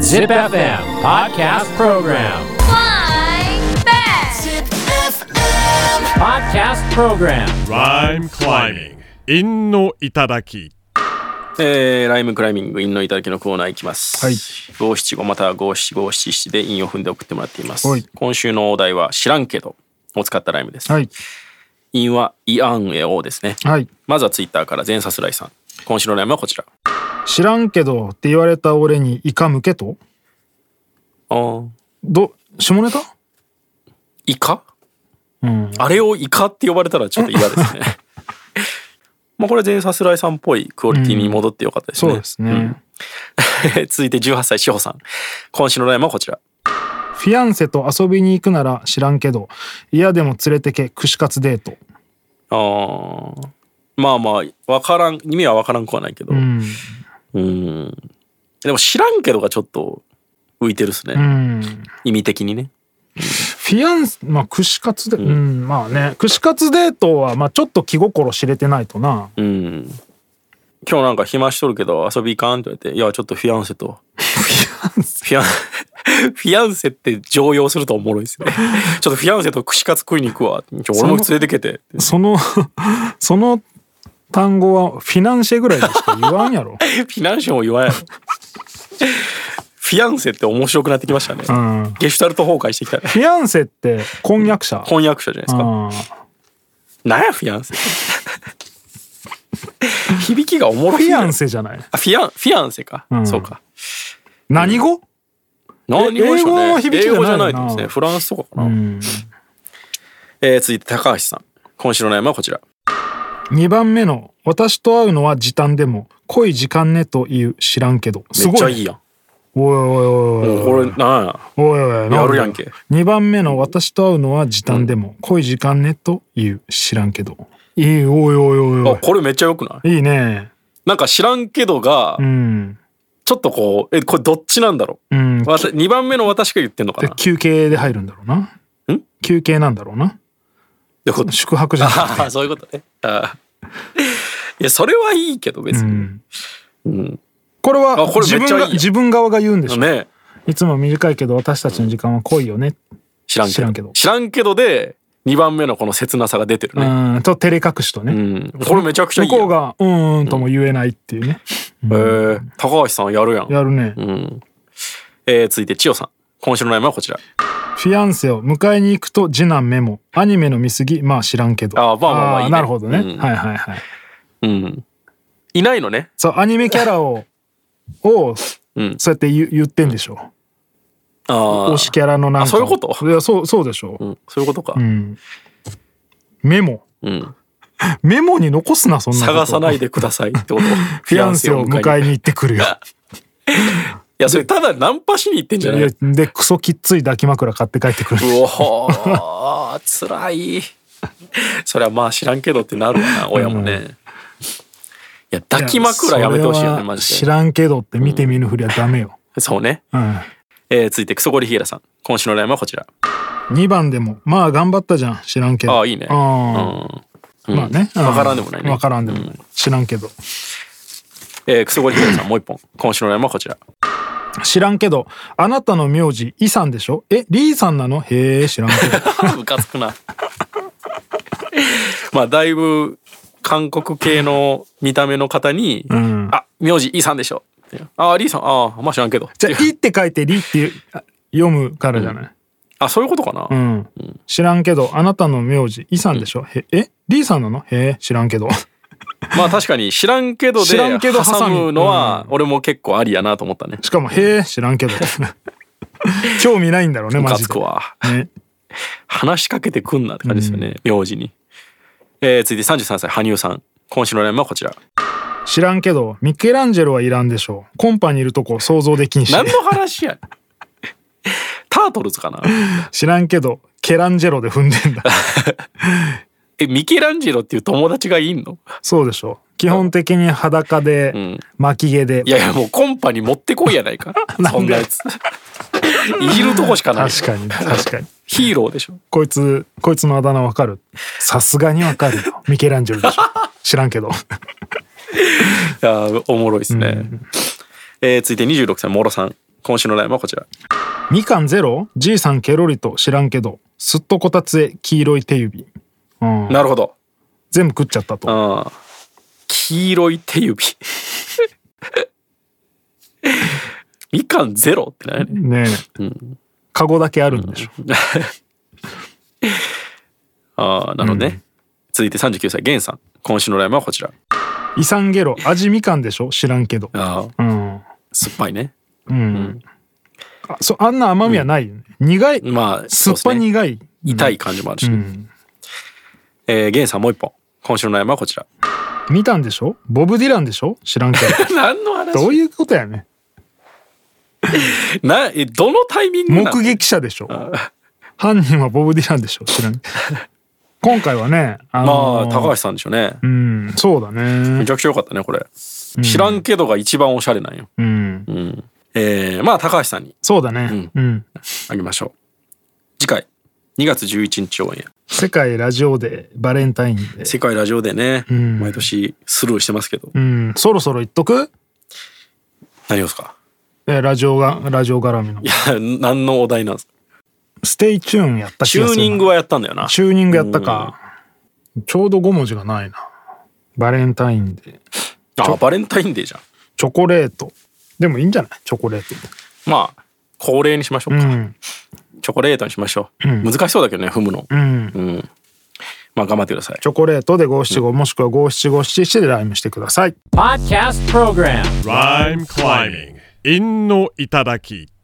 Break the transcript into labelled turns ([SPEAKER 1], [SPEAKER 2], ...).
[SPEAKER 1] Zip FM Podcast Program.
[SPEAKER 2] Flying back.
[SPEAKER 1] Podcast Program.
[SPEAKER 3] Rhyme climbing. 陰の頂き。
[SPEAKER 4] えー、ライムクライミング、陰のいただきのコーナーいきます。
[SPEAKER 5] はい
[SPEAKER 4] 五七五または五七五七七で陰を踏んで送ってもらっています。
[SPEAKER 5] はい
[SPEAKER 4] 今週のお題は知らんけどを使ったライムです。
[SPEAKER 5] はい。
[SPEAKER 4] 陰はイアンエオですね。
[SPEAKER 5] はい。
[SPEAKER 4] まずはツイッターから全さすらいさん。今週のライムはこちら。
[SPEAKER 5] 知らんけどって言われた俺にイカ向けと
[SPEAKER 4] あー
[SPEAKER 5] ど、下ネタ
[SPEAKER 4] イカ
[SPEAKER 5] うん。
[SPEAKER 4] あれをイカって呼ばれたらちょっと嫌です ね。まあこれは全さすらいさんっぽいクオリティに戻ってよかったですね。
[SPEAKER 5] そうですね。
[SPEAKER 4] うん 続いて18歳、しほさん。今週のライムはこちら。
[SPEAKER 5] フィアンセと遊びに行くなら知らんけど、嫌でも連れてけ、串カツデート。
[SPEAKER 4] ああ。まあまあ、わからん、意味はわからんくはないけど。
[SPEAKER 5] う
[SPEAKER 4] うん。
[SPEAKER 5] ん。
[SPEAKER 4] でも知らんけどがちょっと浮いてるっすね。
[SPEAKER 5] うん。フ
[SPEAKER 4] 意味的にね。
[SPEAKER 5] ィアンセ、まあ、串カツで、うん、まあね、串カツデートは、まあ、ちょっと気心知れてないとな。
[SPEAKER 4] うん。今日なんか暇しとるけど遊び行かんって言われて、いや、ちょっとフィアンセと。フィアン セフィアンセって常用するとおもろい ですね。ちょっとフィアンセと串カツ食いに行くわ。ちょ俺も連れてけて。
[SPEAKER 5] その、 その単語はフィナンシェぐらいでしか言わんや ろ。
[SPEAKER 4] フィナンシェも言わんやろ。フィアンセって面白くなってきましたね。
[SPEAKER 5] うん。
[SPEAKER 4] ゲシュタルト崩壊してきたね。
[SPEAKER 5] フィアンセって婚約者。
[SPEAKER 4] 翻訳者じゃないですか。
[SPEAKER 5] うん
[SPEAKER 4] なんやフィアン セ響きがおもろ
[SPEAKER 5] フ
[SPEAKER 4] い
[SPEAKER 5] ィアン
[SPEAKER 4] セ
[SPEAKER 5] セじゃない。
[SPEAKER 4] あフィアンフィアンセか、
[SPEAKER 5] うん
[SPEAKER 4] そうか
[SPEAKER 5] 何語、
[SPEAKER 4] 何語でしょうね
[SPEAKER 5] 英語の響きじゃ
[SPEAKER 4] 英
[SPEAKER 5] ない
[SPEAKER 4] 語じゃ
[SPEAKER 5] な
[SPEAKER 4] ないと思うんですねフランスとかかな、
[SPEAKER 5] うん、
[SPEAKER 4] えー続いて高橋さん今週の悩みはこちら
[SPEAKER 5] 2番目の「私と会うのは時短でも恋時間ね」という知らんけどす
[SPEAKER 4] めっち
[SPEAKER 5] ご
[SPEAKER 4] ゃ
[SPEAKER 5] い
[SPEAKER 4] いいやん
[SPEAKER 5] おいおいおい
[SPEAKER 4] もうこ
[SPEAKER 5] おい
[SPEAKER 4] れなんや
[SPEAKER 5] おいおいおい
[SPEAKER 4] やるやんけ
[SPEAKER 5] 2番目の「私と会うのは時短でも恋時間ね」という知らんけどいいおいおいおい
[SPEAKER 4] あ
[SPEAKER 5] お
[SPEAKER 4] これめっちゃよくない
[SPEAKER 5] いいいね
[SPEAKER 4] なんか知らんけどが、
[SPEAKER 5] うん
[SPEAKER 4] ちょっとこうえこれどっちなんだろ
[SPEAKER 5] うん
[SPEAKER 4] うわた2番目の私が言ってんのか
[SPEAKER 5] で
[SPEAKER 4] な
[SPEAKER 5] 休憩で入るんだろうなん休憩なんだろうな
[SPEAKER 4] でこ
[SPEAKER 5] 宿泊じゃなく
[SPEAKER 4] ああそういうことねあーいやそれはいいけど別
[SPEAKER 5] て、う
[SPEAKER 4] に、
[SPEAKER 5] んこれは
[SPEAKER 4] あこれ
[SPEAKER 5] 自
[SPEAKER 4] めっちゃ
[SPEAKER 5] 分
[SPEAKER 4] いいや
[SPEAKER 5] が
[SPEAKER 4] ん
[SPEAKER 5] 自分側が言うんでしょ
[SPEAKER 4] ね
[SPEAKER 5] いつも短いけど私たちの時間は濃いよね。
[SPEAKER 4] 知らんけど
[SPEAKER 5] 知らんけど
[SPEAKER 4] 知らんけどで2番目のこの切なさが出てる
[SPEAKER 5] う
[SPEAKER 4] ね、
[SPEAKER 5] ん、と照れ隠しと
[SPEAKER 4] う
[SPEAKER 5] ね。
[SPEAKER 4] ん、これめちゃくちゃい
[SPEAKER 5] 向
[SPEAKER 4] いやん
[SPEAKER 5] こうがうーんとも言えないっていうね。
[SPEAKER 4] えー、高橋さんやるやん
[SPEAKER 5] やるね
[SPEAKER 4] う。んえー、続いて千代さん今週の悩みはこちら
[SPEAKER 5] フィアンセを迎えに行くと次男メモ。アニメの見過ぎ、まあ知らんけど。
[SPEAKER 4] あまあまあまあいいね
[SPEAKER 5] ーなるほどね。
[SPEAKER 4] うん
[SPEAKER 5] はいはいはい。
[SPEAKER 4] うんいないのね
[SPEAKER 5] そう、アニメキャラを、を、
[SPEAKER 4] うん
[SPEAKER 5] そうやって言言ってんでしょ。
[SPEAKER 4] あ
[SPEAKER 5] 推
[SPEAKER 4] あ
[SPEAKER 5] しキャラのなんか。
[SPEAKER 4] あそういうこと
[SPEAKER 5] いや、そう、そうでしょ
[SPEAKER 4] う。ん、そういうことか、
[SPEAKER 5] う
[SPEAKER 4] うん
[SPEAKER 5] ん。メモ。メモに残すな、そんなこと。
[SPEAKER 4] 探さない。でくださいってこと
[SPEAKER 5] フィアンセを迎え
[SPEAKER 4] に
[SPEAKER 5] に行ってくるよ。
[SPEAKER 4] いやそれただナンパしに行ってん じゃないい
[SPEAKER 5] やで、クソきっつい抱き枕買って帰ってくる。
[SPEAKER 4] うおーつらいそりゃまあ知らんけどってなるわな親もね、いや抱き枕やめてほしいよ
[SPEAKER 5] それ
[SPEAKER 4] ね
[SPEAKER 5] は
[SPEAKER 4] マジ
[SPEAKER 5] 知
[SPEAKER 4] で
[SPEAKER 5] らんけどって見て見ぬふりはダメよ、
[SPEAKER 4] そうね
[SPEAKER 5] うん
[SPEAKER 4] えー、続いてクソゴリヒエラさん今週の悩みはこちら
[SPEAKER 5] 2番でもまあ頑張ったじゃん知らんけど
[SPEAKER 4] ああいいね
[SPEAKER 5] あ
[SPEAKER 4] う
[SPEAKER 5] ー
[SPEAKER 4] ん
[SPEAKER 5] まあね、
[SPEAKER 4] わからんでもないね
[SPEAKER 5] わからんでもない、知らんけど
[SPEAKER 4] えー、クソゴリヒエラさんもう一本今週の悩みはこち ら
[SPEAKER 5] 知らんけどあなたの名字イさんでしょえリーさんなのへえ知 らんけど
[SPEAKER 4] ムカつくな まあだいぶ韓国系の見た目の方に「
[SPEAKER 5] ん
[SPEAKER 4] あ名字イさんでしょ」ああリーさんああまあ知らんけど」
[SPEAKER 5] じゃあ「い」って書いて「リ」ってあ読むからじゃない、
[SPEAKER 4] あそういうことかな、
[SPEAKER 5] うん知らんけどあなたの名字イさんでしょ、へえリーさんなのへえ知らんけど
[SPEAKER 4] まあ確かに知らんけどで
[SPEAKER 5] 知らんけど
[SPEAKER 4] 挟むのは
[SPEAKER 5] 挟
[SPEAKER 4] 俺も結構ありやなと思ったね
[SPEAKER 5] しかも「へえ知ら んけど」興味ないんだろうね
[SPEAKER 4] ム
[SPEAKER 5] マ
[SPEAKER 4] カ
[SPEAKER 5] ジ
[SPEAKER 4] つ
[SPEAKER 5] で
[SPEAKER 4] くわ
[SPEAKER 5] ね
[SPEAKER 4] 話しかけてくんなって感じですよね、名字に、えー、続いて33歳羽生さん今週の悩みはこちら
[SPEAKER 5] 知らんけどミケランジェロはいらんでしょうコンパにいるとこ想像できんし
[SPEAKER 4] 何の話やタートルズかな
[SPEAKER 5] 知らんけどケランジェロで踏ん でんだ
[SPEAKER 4] えミケランジェロっていう友達がいんの
[SPEAKER 5] そうでしょ基本的に裸で、
[SPEAKER 4] ん
[SPEAKER 5] 巻き毛で
[SPEAKER 4] いやいやもうコンパに持ってこいやないか
[SPEAKER 5] なんで
[SPEAKER 4] そんなやついじるとこしかない
[SPEAKER 5] 確かに確かに
[SPEAKER 4] ヒーローでしょ
[SPEAKER 5] こいつこいつのあだ名わかるさすがにわかるよミケラン ジェロでしょ知らんけど
[SPEAKER 4] いやーおもろいですね、えー続いて26歳、もろさん。今週のラインはこちら。
[SPEAKER 5] みかんゼロじいさんケロリと知らんけどすっとこたつへ黄色い手指、うん、
[SPEAKER 4] なるほど。
[SPEAKER 5] 全部食っちゃった
[SPEAKER 4] う
[SPEAKER 5] と
[SPEAKER 4] ん。黄色い手指。 みかんゼロって何
[SPEAKER 5] ねえ、カゴだけあるんでしょ、
[SPEAKER 4] ああ、なるほどね。続いて39歳、ゲンさん。今週のラインはこちら。
[SPEAKER 5] イサンゲロ味みかんでしょ知らんけど
[SPEAKER 4] ああ、
[SPEAKER 5] うん
[SPEAKER 4] 酸っぱいね。
[SPEAKER 5] あそあんな甘みはないよね、苦い、
[SPEAKER 4] まあ、
[SPEAKER 5] 酸っぱ
[SPEAKER 4] そうですね
[SPEAKER 5] 苦い、
[SPEAKER 4] 痛い感じもあるし、ねえーゲンさんもう一本今週の悩みはこちら
[SPEAKER 5] 見たんでしょボブ・ディランでしょ知らんけ
[SPEAKER 4] 何の
[SPEAKER 5] どど
[SPEAKER 4] 話
[SPEAKER 5] ういうことやね
[SPEAKER 4] なえどのタイミングなの
[SPEAKER 5] 目撃者でしょ犯人はボブ・ディランでしょ 知らん今回はねあ
[SPEAKER 4] ま
[SPEAKER 5] の
[SPEAKER 4] あ高橋さんでしょうね、
[SPEAKER 5] うんそうだ
[SPEAKER 4] め
[SPEAKER 5] ね
[SPEAKER 4] ちゃくちゃ良かったねこれ、知らんけどが一番おしゃれなんよ、
[SPEAKER 5] うん
[SPEAKER 4] うんえーまあ高橋さんに
[SPEAKER 5] そうだねうん、
[SPEAKER 4] あげましょう次回2月11日応援
[SPEAKER 5] 世界ラジオでバレンタインで
[SPEAKER 4] 世界ラジオでね、
[SPEAKER 5] ん
[SPEAKER 4] 毎年スルーしてますけど、
[SPEAKER 5] うんそろそろ言っとく
[SPEAKER 4] 何をですか
[SPEAKER 5] えラジオがラジオ絡みの
[SPEAKER 4] いや何のお題なんですか
[SPEAKER 5] ステイチューンやった気
[SPEAKER 4] チ
[SPEAKER 5] がするな
[SPEAKER 4] ューニングはやったんだよな
[SPEAKER 5] チューニングやったかちょうど5文字がないなバレンタインで
[SPEAKER 4] あバレンタインデーじゃん
[SPEAKER 5] チョコレートでもいいんじゃないチョコレートで
[SPEAKER 4] まあ恒例にしましょう
[SPEAKER 5] う
[SPEAKER 4] か、
[SPEAKER 5] ん
[SPEAKER 4] チョコレートにしましょう、難しそうだけどね踏むの、
[SPEAKER 5] うん
[SPEAKER 4] うんまあ頑張ってください
[SPEAKER 5] チョコレートで五七五もしくは五七五七七でライムしてください
[SPEAKER 1] Podcast Program.
[SPEAKER 3] Rhyme climbing. 韻の頂き。